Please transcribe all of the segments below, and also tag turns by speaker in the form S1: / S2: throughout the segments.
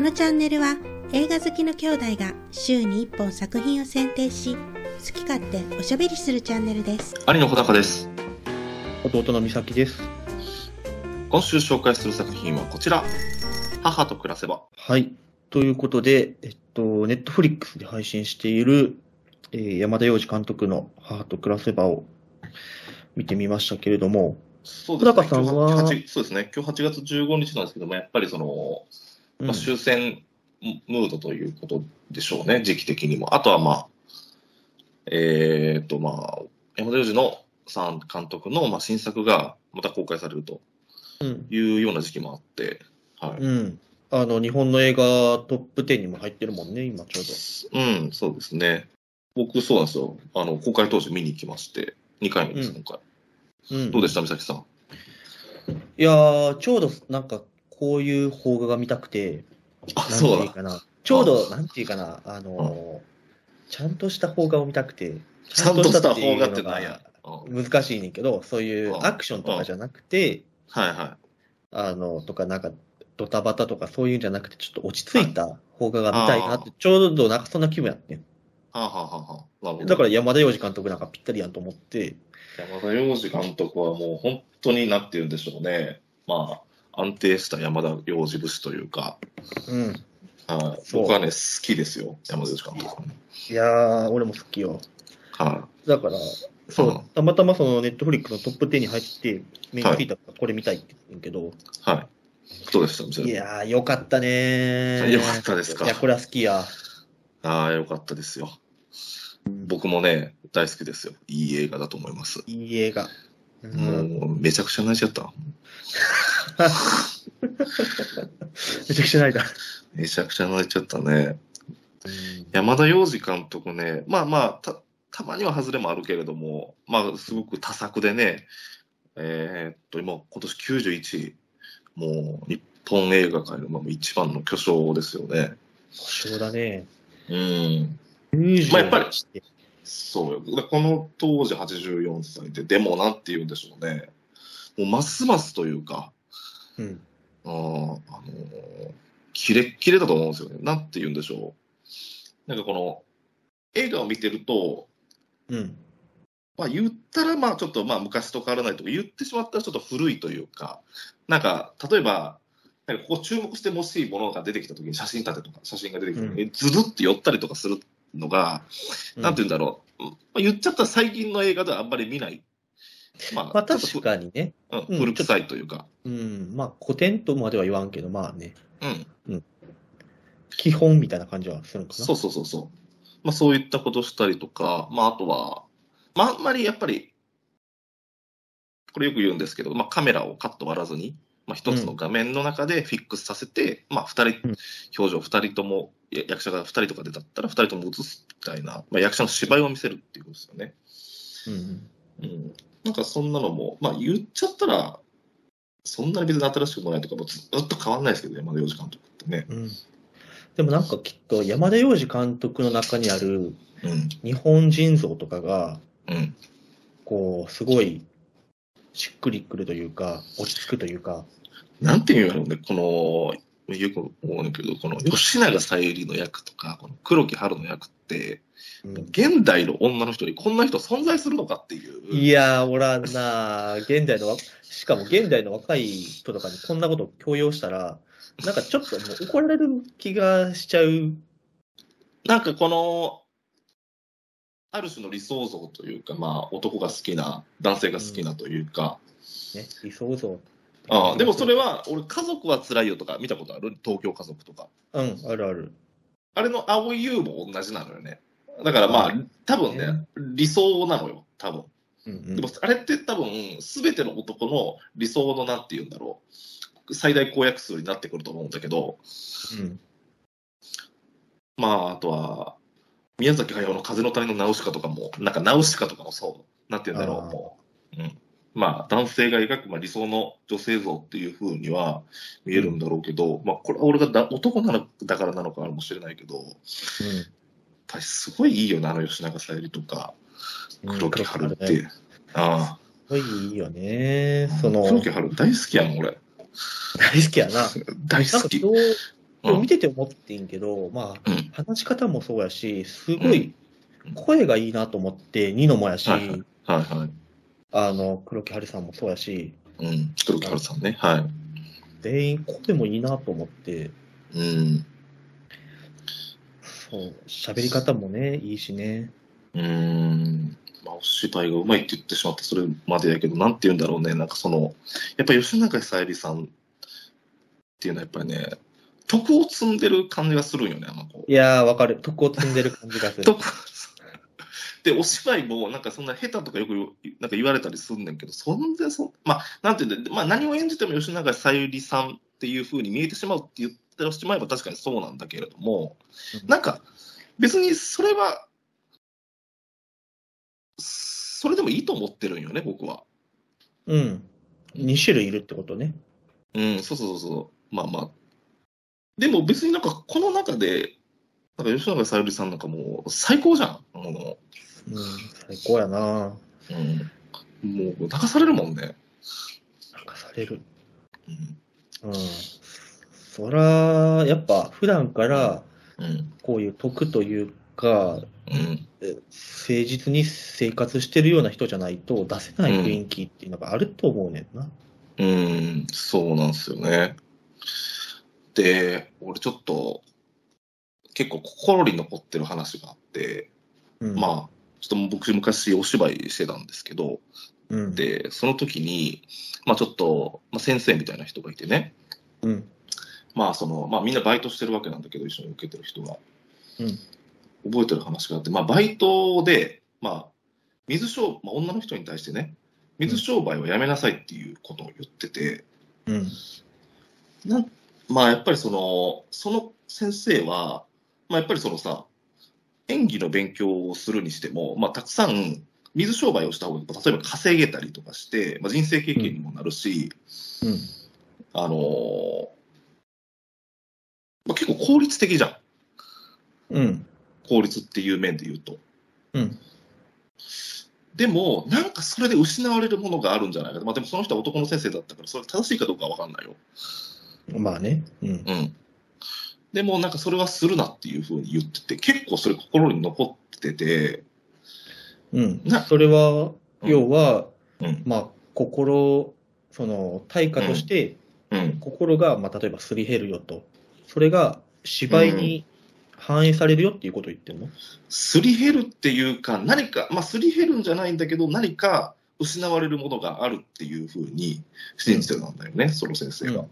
S1: のチャンネルは映画好きの兄弟が週に1本作品を選定し好き勝手おしゃべりするチャンネルです
S2: 兄の小高です。
S3: 弟の美咲です。
S2: 今週紹介する作品はこちら。母と暮らせば。
S3: はい。ということで、えっと、ネットフリックスで配信している、えー山田洋次監督の母と暮らせばを見てみましたけれども、
S2: そう
S3: 小高さんは
S2: 今日8そうですね。今日8月15日なんですけども、やっぱりその、
S3: うん
S2: まあ、終戦ムードということでしょうね、時期的にも。あとはまあ、えーっとまあ、山田洋次のさん監督のまあ新作がまた公開されると
S3: うん。
S2: いうような時期もあって、はい。
S3: うん。あの、日本の映画トップ10にも入ってるもんね、今ちょうど。
S2: うん、そうですね。僕、そうなんですよ。あの、公開当時見に行きまして、2回目です、
S3: うん
S2: 今回。
S3: うん。
S2: どうでした、美咲さん。
S3: いやー、ちょうどなんか、こういう邦画が見たくて、
S2: あ、
S3: なんて
S2: そう
S3: い
S2: だ
S3: う。かな。ちょうど、なんていうかな、あのー、ちゃんとした邦画を見たくて、
S2: ちゃんとした
S3: いう
S2: 方
S3: の
S2: がってなんや。うんはい
S3: 難しいねんけど、そういうアクションとかじゃなくて、
S2: は
S3: あの、とかなんか、ドタバタとかそういうんじゃなくて、ちょっと落ち着いた邦画が見たいなって、ちょうどなんかそんな気分やってん。
S2: い。はあ、はあはあはあ、なるほど。
S3: だから山田洋次監督なんかぴったりやんと思って、
S2: 山田洋次監督はもう本当になっていうんでしょうね。まあ、安定した山田洋次節というか、
S3: うん。
S2: はい
S3: そう
S2: 僕はね、好きですよ、山田洋次監督。
S3: いやー、俺も好きよ。
S2: は
S3: だから、そうう、たまたまそのネットフリックスのトップ10に入って、目についたからこれ見たいって言うんけど、
S2: い。はい。どうでした、美
S3: い
S2: 咲
S3: やー、よかったねー。
S2: よかったですか
S3: いや、これは好きや。
S2: さん。ああ、よかったですよ。僕もね、大好きですよ。いい映画だと思います。
S3: いい映画。う
S2: もう、めちゃくちゃ泣いちゃった。
S3: めちゃくちゃ泣いた。
S2: めちゃくちゃ泣いちゃったね。山田洋次監督ね、まあまあ、た、たまには外れもあるけれども、まあ、すごく多作でね、えーっと、今、今年91位、もう、日本映画界のまあ一番の巨匠ですよね。
S3: そうだね。
S2: うん。
S3: ま
S2: まあやっぱりそうよ。でこの当時84歳で、でもなんて言うんでしょうね。もう、ますますというか、
S3: うん。
S2: あーあのーキレッキレだと思うんですよね。なんて言うんでしょう。なんかこの、映画を見てると、
S3: うん。
S2: まあ、言ったら、まあ、ちょっと、まあ、昔と変わらないとか、言ってしまったらちょっと古いというか、なんか、例えば、なんかここ注目してほしいものが出てきたときに写真立てとか、写真が出てきた時に、ずるって寄ったりとかするのが、なんて言うんだろう。まあ、言っちゃったら最近の映画ではあんまり見ない。ま
S3: まあ
S2: ちょっと
S3: 確かにね。
S2: ふ
S3: う
S2: うんん、古臭いというか。
S3: うん。まあ古典とまでは言わんけど、まあね。
S2: うん。
S3: 基本みたいな感じはするのかな。
S2: そうそうそうそう。まあ、そういったことしたりとか、まあ、あとは、まあ、あんまりやっぱり、これよく言うんですけど、まあ、カメラをカット割らずに、まあ、一つの画面の中でフィックスさせて、まあ、二人、
S3: うん
S2: 表情二人とも、や役者が二人とかでだったら二人とも映すみたいな、まあ、役者の芝居を見せるっていうことですよね。
S3: うん。
S2: うん。なんかそんなのも、まあ、言っちゃったら、そんなに別に新しくもないとか、もうずっと変わんないですけどね、山田洋次監督ってね。
S3: うん。でもなんかきっと山田洋次監督の中にある
S2: うん。
S3: 日本人像とかが、
S2: うん。
S3: こう、すごいしっくりくるというか、落ち着くというか。
S2: なんていうんやろうね、この、よく思うんだけど、この吉永小百合の役とか、この黒木春の役って、
S3: うん
S2: 現代の女の人にこんな人存在するのかっていう。
S3: いやー、おらんなー現代のわ、しかも現代の若い人とかにこんなことを強要したら、なんかちょっともう怒られる気がしちゃう。
S2: なんかこの、ある種の理想像というか、まあ男が好きな、男性が好きなというか、
S3: ね、理想像。
S2: ああでもそれは、俺家族は辛いよとか見たことある東京家族とか。
S3: うん、あるある。
S2: あれの青い優も同じなのよね。だからまあ、多分ね、理想なのよ、多分。
S3: うんう
S2: で
S3: ん
S2: も、あれって多分、すべての男の理想のなんて言うんだろう、最大公約数になってくると思うんだけど、
S3: うん
S2: まあ、あとは、宮崎駿の風の谷のナウシカとかも、なんかナウシカとかもそう、なんて言うんだろ
S3: あ
S2: う、
S3: ー
S2: もう。うん。まあ、男性が描く、まあ、理想の女性像っていう風には見えるんだろうけど、まあ、これは俺がだ男なのだからなのかもしれないけど、やっぱりすごいいいよな、あの吉永小百合とか、
S3: うん
S2: 黒木春っ
S3: 黒木
S2: て。あ
S3: すごいいいよね
S2: あ。。
S3: その、
S2: 黒木春大好きやん、俺。
S3: 大好きやな。なんか
S2: 大好き。
S3: そう、
S2: うん
S3: でも見てて思ってんけど、まあ
S2: うん、
S3: 話し方もそうやし、すごい声がいいなと思って、ニノもやし、
S2: はいはいはいは
S3: あの、黒木春さんもそうやし、
S2: い。うん。黒木春さんね。は
S3: 全員声もいいなと思って、
S2: い。うん。
S3: そう、喋り方もね、いいしね。
S2: うーん。まあ、お芝居がうまいって言ってしまった、それまでやけど、なんて言うんだろうね。なんかその、やっぱ吉永小百合さんっていうのはやっぱりね、徳を積んでる感じがするんよね、あの子
S3: い。やー、わかる。徳を積んでる感じが する。
S2: 徳で、お芝居も、なんかそんな下手とかよく言うなんか言われたりすんねんけど、そんでそ、まあ、なんていうんだ、まあ何を演じても吉永小百合さんっていう風に見えてしまうって言ってしまえば確かにそうなんだけれども、なんか、別にそれは、それでもいいと思ってるんよね、僕は。
S3: うん。2種類いるってことね。
S2: うん、そうそうそうそう。まあまあ。でも別になんか、この中で、なんか吉永小百合さんなんかもう最高じゃん。も
S3: うん、最高やな
S2: う、うん、もう流されるもんね。
S3: なんかされる。
S2: うん
S3: うん。そら、やっぱ普段から、
S2: うん、
S3: こういう徳というか、
S2: うん、
S3: え誠実に生活してるような人じゃないと出せない雰囲気っていうのがあると思うねんな。
S2: うん、そうなんですよね。で、俺ちょっと、結構心に残ってる話があって、
S3: うん。あ、
S2: まあ、ちょっと僕昔お芝居してたんですけど、
S3: うん。
S2: で、その時に、まあちょっと、まあ、先生みたいな人がいてね、
S3: うん。
S2: まあその、まあみんなバイトしてるわけなんだけど、一緒に受けてる人が。
S3: うん
S2: 覚えてる話があって、まあバイトで、まあ、水商、まあ女の人に対してね、水商売をやめなさいっていうことを言ってて、
S3: うん。
S2: なんまあやっぱりその、その先生は、まあやっぱりそのさ、演技の勉強をするにしても、まあたくさん水商売をした方が、例えば稼げたりとかして、まあ人生経験にもなるし、
S3: うん。
S2: あのーまあ、結構効率的じゃん。
S3: うん。
S2: 効率っていう面で言うと。
S3: うん。
S2: でも、なんかそれで失われるものがあるんじゃないか。まあでもその人は男の先生だったから、それ正しいかどうかは分かんないよ。
S3: まあね。うん。
S2: うん。でもなんかそれはするなっていうふうに言ってて、結構それ心に残ってて、
S3: うん
S2: な。
S3: それは、
S2: うん
S3: 要は、
S2: うん。
S3: まあ、心、その、対価として、
S2: うん。
S3: 心が、まあ、例えばすり減るよと。それが、芝居に反映されるよっていうことを言ってるの
S2: すり減るっていうか、何か、まあすり減るんじゃないんだけど、何か失われるものがあるっていうふうに信じてたんだよね、その先生は。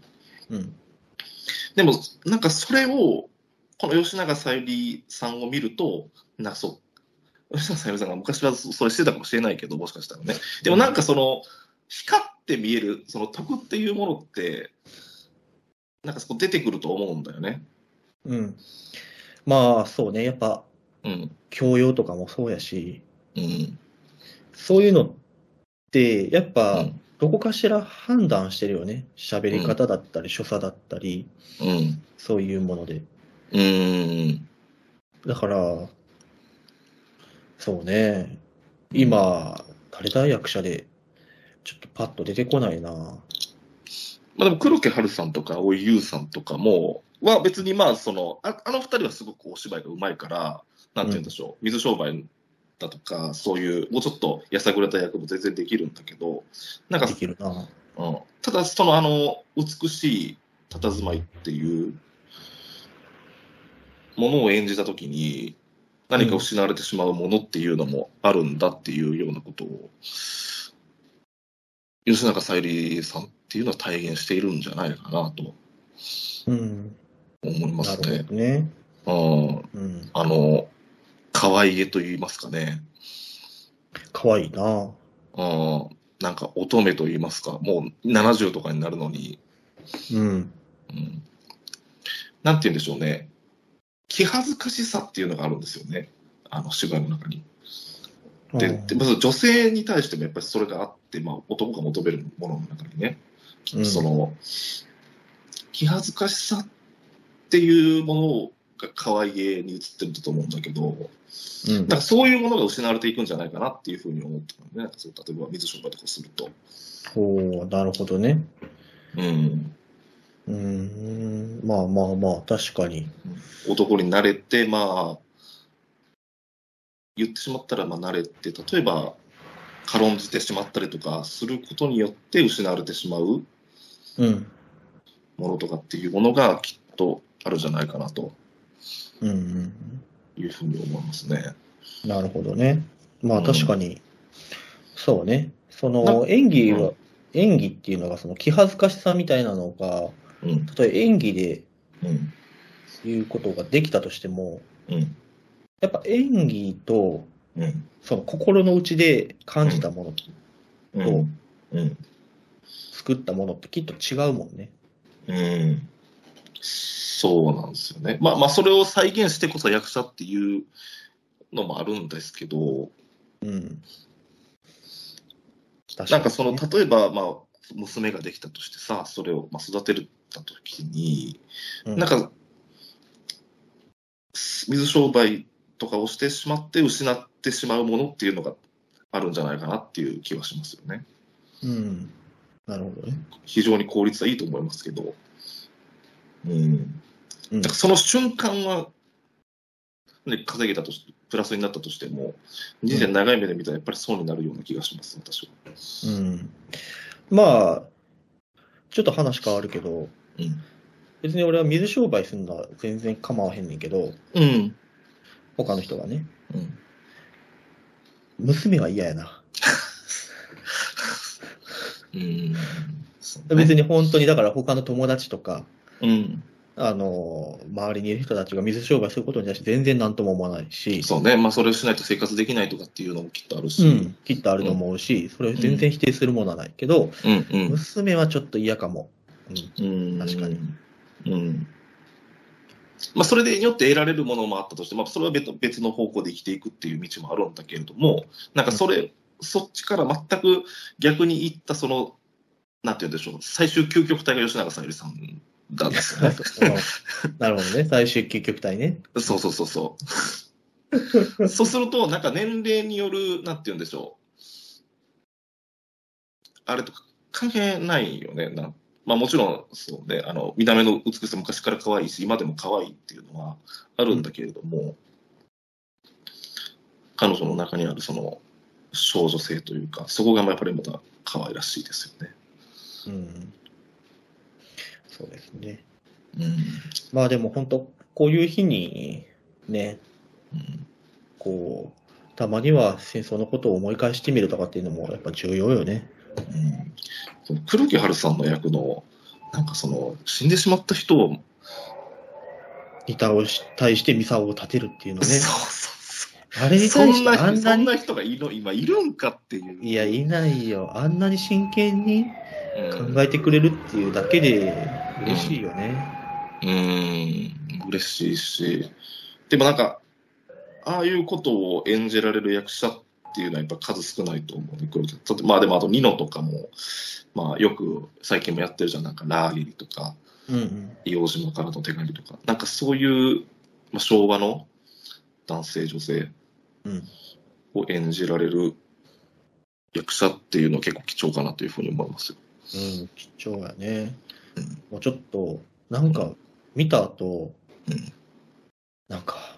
S3: うん。
S2: でも、なんかそれを、この吉永小百合さんを見ると、なんかそう、吉永小百合さんが昔はそそれしてたかもしれないけど、もしかしたらね。でもなんかその、光って見える、その徳っていうものって、なんかそこ出てくると思うんだよね。
S3: うん。まあ、そうね。やっぱ、
S2: うん。
S3: 教養とかもそうやし、
S2: うん。
S3: そういうのって、やっ
S2: う
S3: ぱ、
S2: ん。
S3: どこかしら判断してるよね。喋り方だったり、所作だったり、
S2: うん。
S3: そういうもので。
S2: うん。
S3: だから、そうね。今、誰だ役者で、ちょっとパッと出てこないな。
S2: まあでも黒木華さんとか蒼井優さんとかもは別にまあそのああの二人はすごくお芝居がうまいからなんて言うんでしょう、水商売だとかそういうもうちょっとやさぐれた役も全然できるんだけどなんか
S3: で、きるな。
S2: うん、ただそのあの美しい佇まいっていうものを演じた時に何か失われてしまうものっていうのもあるんだっていうようなことを吉永小百合さんっていうのは体現しているんじゃないかなと
S3: うん。
S2: 思いま
S3: な
S2: す
S3: る
S2: ね。
S3: ほ
S2: うん、
S3: どね。うん。
S2: あの可愛げと言いますかね、
S3: かわいいな。
S2: うん、なんか乙女と言いますかもう70とかになるのに
S3: うん。
S2: うんなんて言うんでしょうね、気恥ずかしさっていうのがあるんですよね、あの芝居の中に。で、でまず女性に対してもやっぱりそれがあって、まあ、男が求めるものの中にね、
S3: うん
S2: その、気恥ずかしさっていうものが可愛げに映ってると思うんだけど、
S3: うん
S2: なんかそういうものが失われていくんじゃないかなっていうふうに思ってたのね、なんかそう例えば水商売とかすると。
S3: ほう、なるほどね。
S2: うん
S3: うーん、まあまあまあ、確かに。
S2: 男に慣れて、まあ、言ってしまったら、まあ、慣れて、例えば、軽んじてしまったりとかすることによって失われてしまう
S3: うん。
S2: ものとかっていうものがきっとあるんじゃないかなと
S3: うんうん
S2: いうふうに思いますね。
S3: うん。なるほどね。まあ
S2: うん
S3: 確かに、そうね。そ
S2: な
S3: の演技は、
S2: う
S3: 演技っていうのがその気恥ずかしさみたいなのが、
S2: うん、
S3: 例えば演技で
S2: うん、
S3: いうことができたとしても、
S2: うん、
S3: やっぱ演技と
S2: うん、
S3: その心の内で感じたもの、
S2: うん、
S3: そう
S2: うん、
S3: 作ったものってきっと違うもんね。
S2: うん。そうなんですよね。まあまあ、それを再現してこそ役者っていうのもあるんですけど、
S3: うん。確
S2: なんかその、
S3: ね
S2: 例えば、まあ、娘ができたとしてさ、それをまあ育てるたときに、
S3: う
S2: なんか、水商売とかをしてしまって失ってしまうものっていうのがあるんじゃないかなっていう気はしますよね。
S3: うん。なるほどね。
S2: 非常に効率はいいと思いますけど。うん。
S3: うん
S2: だからその瞬間は、ね、稼げたとしプラスになったとしても、人生長い目で見たらやっぱり損になるような気がします、私は。
S3: うん。まあ、ちょっと話変わるけど、
S2: うん。
S3: 別に俺は水商売すんのは全然構わへんねんけど、
S2: うん。
S3: 他の人がね、
S2: うん、
S3: 娘は嫌やな。
S2: うん。そうね
S3: 別に本当にだから他の友達とか、
S2: うん。
S3: あの、周りにいる人たちが水商売することに対して全然何とも思わないし、
S2: そうね。まあ、それをしないと生活できないとかっていうのもきっとあるし。
S3: うん、きっとあると思うし、それを全然否定するものはないけど、
S2: うん。うん。
S3: 娘はちょっと嫌かも。うん
S2: うん
S3: 確かに。
S2: うん。まあ、それでによって得られるものもあったとして、まあ、それは別別の方向で生きていくっていう道もあるんだけれども、なんかそれ、そっちから全く逆に行った、その、なんて言うんでしょう、最終究極体が吉永さゆりさんだんですよね。
S3: うんなるほどね。最終究極体ね。
S2: そうそうそう そう。そうすると、なんか年齢による、なんて言うんでしょう。あれとか関係ないよね。なまあもちろん、そうね、あの、見た目の美しさ昔から可愛いし、今でも可愛いっていうのはあるんだけれども、彼女の中にあるその、少女性というか、そこがやっぱりまた可愛らしいですよね。
S3: うん。そうですね。
S2: うん
S3: まあでも本当、こういう日にね、
S2: うん。
S3: こう、たまには戦争のことを思い返してみるとかっていうのもやっぱ重要よね。
S2: うんその黒木華さんの役の、なんかその、死んでしまった人を
S3: 板をし対してミサオを立てるっていうのね
S2: そう。そ
S3: あれ
S2: う
S3: に
S2: そう。そ
S3: 対し
S2: ん
S3: て
S2: な
S3: あ
S2: 人、
S3: ん
S2: そ
S3: なんに、
S2: な人がいる今いるんかっていう。
S3: いや、いないよ。あんなに真剣に考
S2: うん
S3: えてくれるっていうだけで嬉しいよね。
S2: うん、嬉しいし。でもなんか、ああいうことを演じられる役者っていうのはやっぱ数少ないと思うね。黒木だってまあでもあとニノとかも、まあよく最近もやってるじゃん。なんかラーゲリとか、
S3: うんうん。
S2: 硫黄島からの手紙とか。なんかそういう、まあ、昭和の男性女性
S3: うん。
S2: を演じられる役者っていうのは結構貴重かなというふうに思いますよ。
S3: うん、貴重やね
S2: うん。
S3: もうちょっと、なんか、見た後、
S2: うん
S3: なんか、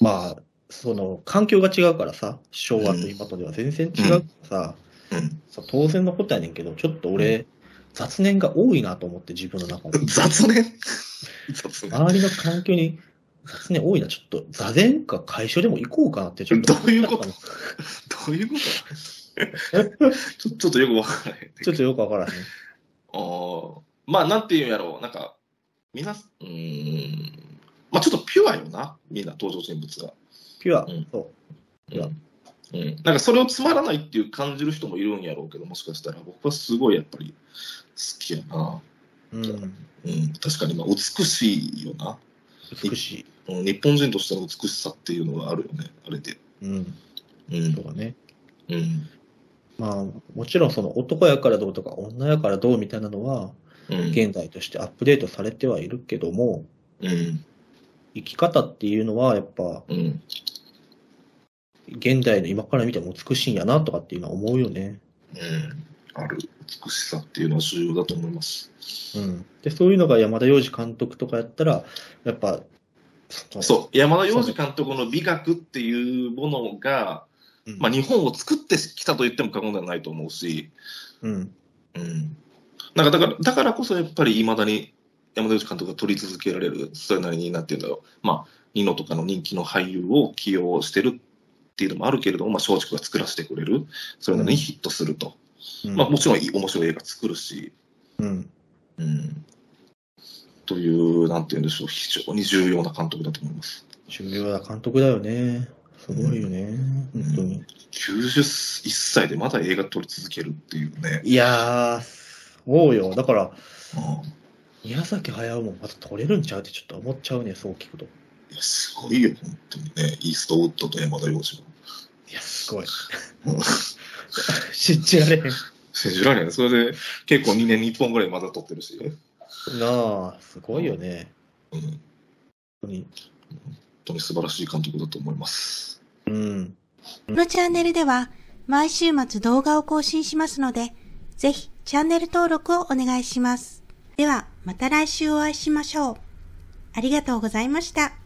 S3: まあ、その、環境が違うからさ、昭和と今とでは全然違うからさ、
S2: うん
S3: そう当然のことやねんけど、ちょっと俺、雑念が多いなと思って、自分の中で。
S2: 雑念雑念。
S3: 周りの環境に雑念多いな、ちょっと、座禅か会所でも行こうかなって、ちょっと。
S2: どういうことどういうことちょちょっとよくわからへんね。
S3: ちょっとよくわからへん。
S2: あーまあ、なんていうんやろう。なんか、みな、うーん。まあ、ちょっとピュアよな。みんな登場人物が。
S3: ピュア、
S2: うん
S3: そういや
S2: ん。うん、なんかそれをつまらないっていう感じる人もいるんやろうけどもしかしたら僕はすごいやっぱり好きやな、
S3: う。うん、
S2: うん、確かにまあ美しいよな、
S3: 美しい。
S2: うん、日本人としての美しさっていうのがあるよねあれで
S3: うん、
S2: うん
S3: そうだね。
S2: うん
S3: まあ、もちろんその男やからどうとか女やからどうみたいなのは
S2: うん
S3: 現代としてアップデートされてはいるけども
S2: うん
S3: 生き方っていうのはやっぱ
S2: うん
S3: 現代の今から見ても美しいんやなとかっていうのは思うよね。
S2: うんある美しさっていうのは重要だと思います。
S3: うん、でそういうのが山田洋次監督とかやったら、やっぱ、
S2: そう、山田洋次監督の美学っていうものが、
S3: うん、
S2: まあ、日本を作ってきたと言っても過言ではないと思うし、
S3: うん、
S2: うん、なんかだからだからこそやっぱりいまだに山田洋次監督が取り続けられる、それなりになっていうんだろう、まあ、ニノとかの人気の俳優を起用してるっていうのもあるけれども、まあ、松竹が作らせてくれる、それなりにヒットすると、
S3: うん
S2: まあ、もちろんいい面白い映画作るし、
S3: うん、
S2: うん、という、なんていうんでしょう、非常に重要な監督だと思います。
S3: 重要な監督だよね。すごいよね、
S2: うん
S3: 本当に。
S2: 91歳でまだ映画撮り続けるっていうね、
S3: いやー、そうよ。だから、
S2: うん
S3: 宮崎駿もまた取れるんちゃうってちょっと思っちゃうね、そう聞くと。
S2: いやすごいよ、本当にね、イーストウッドと山田洋次も。
S3: いや、すごい
S2: うん。
S3: 信じられへん。な
S2: 信じられない。それで結構2年に1本ぐらいまだ撮ってるし、
S3: あ、すごいよね。
S2: うん、本
S3: 本当に。
S2: 当に素晴らしい監督だと思います。
S3: うん。
S1: このチャンネルでは毎週末動画を更新しますので、ぜひチャンネル登録をお願いします。ではまた来週お会いしましょう。ありがとうございました。